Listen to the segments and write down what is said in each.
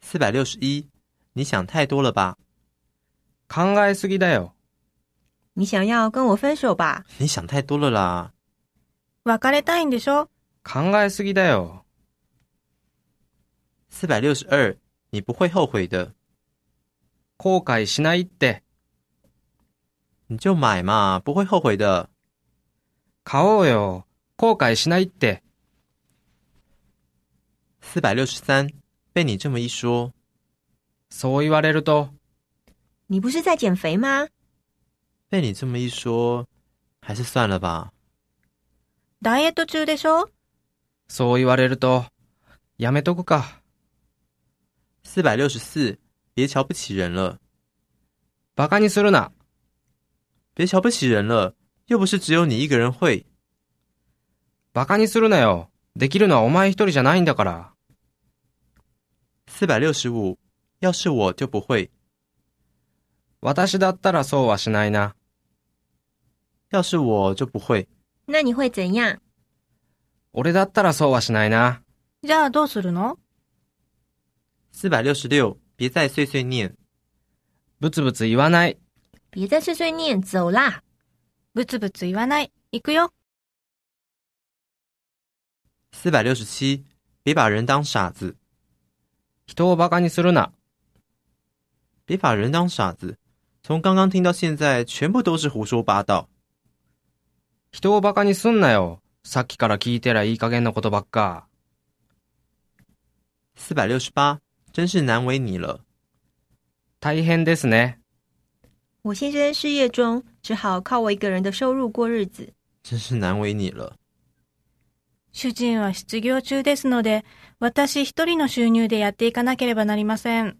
四百六十一，你想太多了吧？考えすぎだよ。你想要跟我分手吧？你想太多了啦。別れたいんでしょ考えすぎだよ。四百六十二，你不会后悔的，後悔しないって。你就买嘛，不会后悔的。買おうよ。後悔しないって。四百六十三，被你这么一说，そう言われると、你不是在减肥吗？被你这么一说，还是算了吧。ダイエット中でしょそう言われると、やめとくか。四百六十四，别瞧不起人了，バカにするな。别瞧不起人了，又不是只有你一个人会。バカにするなよ。できるのはお前一人じゃないんだから。四百六十五，要是我就不会，私だったらそうはしないな。要是我就不会。那你会怎样？俺だったらそうはしないな。じゃあどうするの四百六十六，别再碎碎念，ブツブツ言わない。别再碎碎念，走啦！ブツブツ言わない。行くよ。四百六十七，别把人当傻子，人をバカにするな。别把人当傻子。从刚刚听到现在，全部都是胡说八道。人をバカにすんなよ。さっきから聞いてりゃいい加減なことばっか。四百六十八，真是难为你了。大変ですね。我先生失业中，只好靠我一个人的收入过日子。真是难为你了。主人は失業中ですので、私一人の収入でやっていかなければなりません。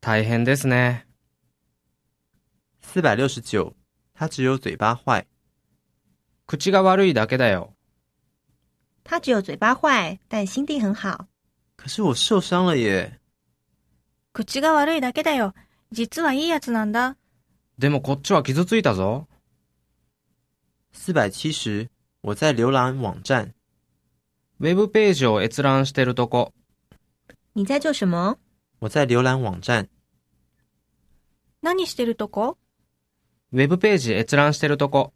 大変ですね。四百六十九，他只有嘴巴坏，口が悪いだけだよ。他只有嘴巴坏，但心地很好。可是我受伤了耶。口が悪いだけだよ。実はいいやつなんだ。でもこっちは傷ついたぞ。四百七十，我在浏览网站，ウェブページを閲覧してるとこ。你在做什么？我在浏览网站，何してるとこウェブページ閲覧してるとこ。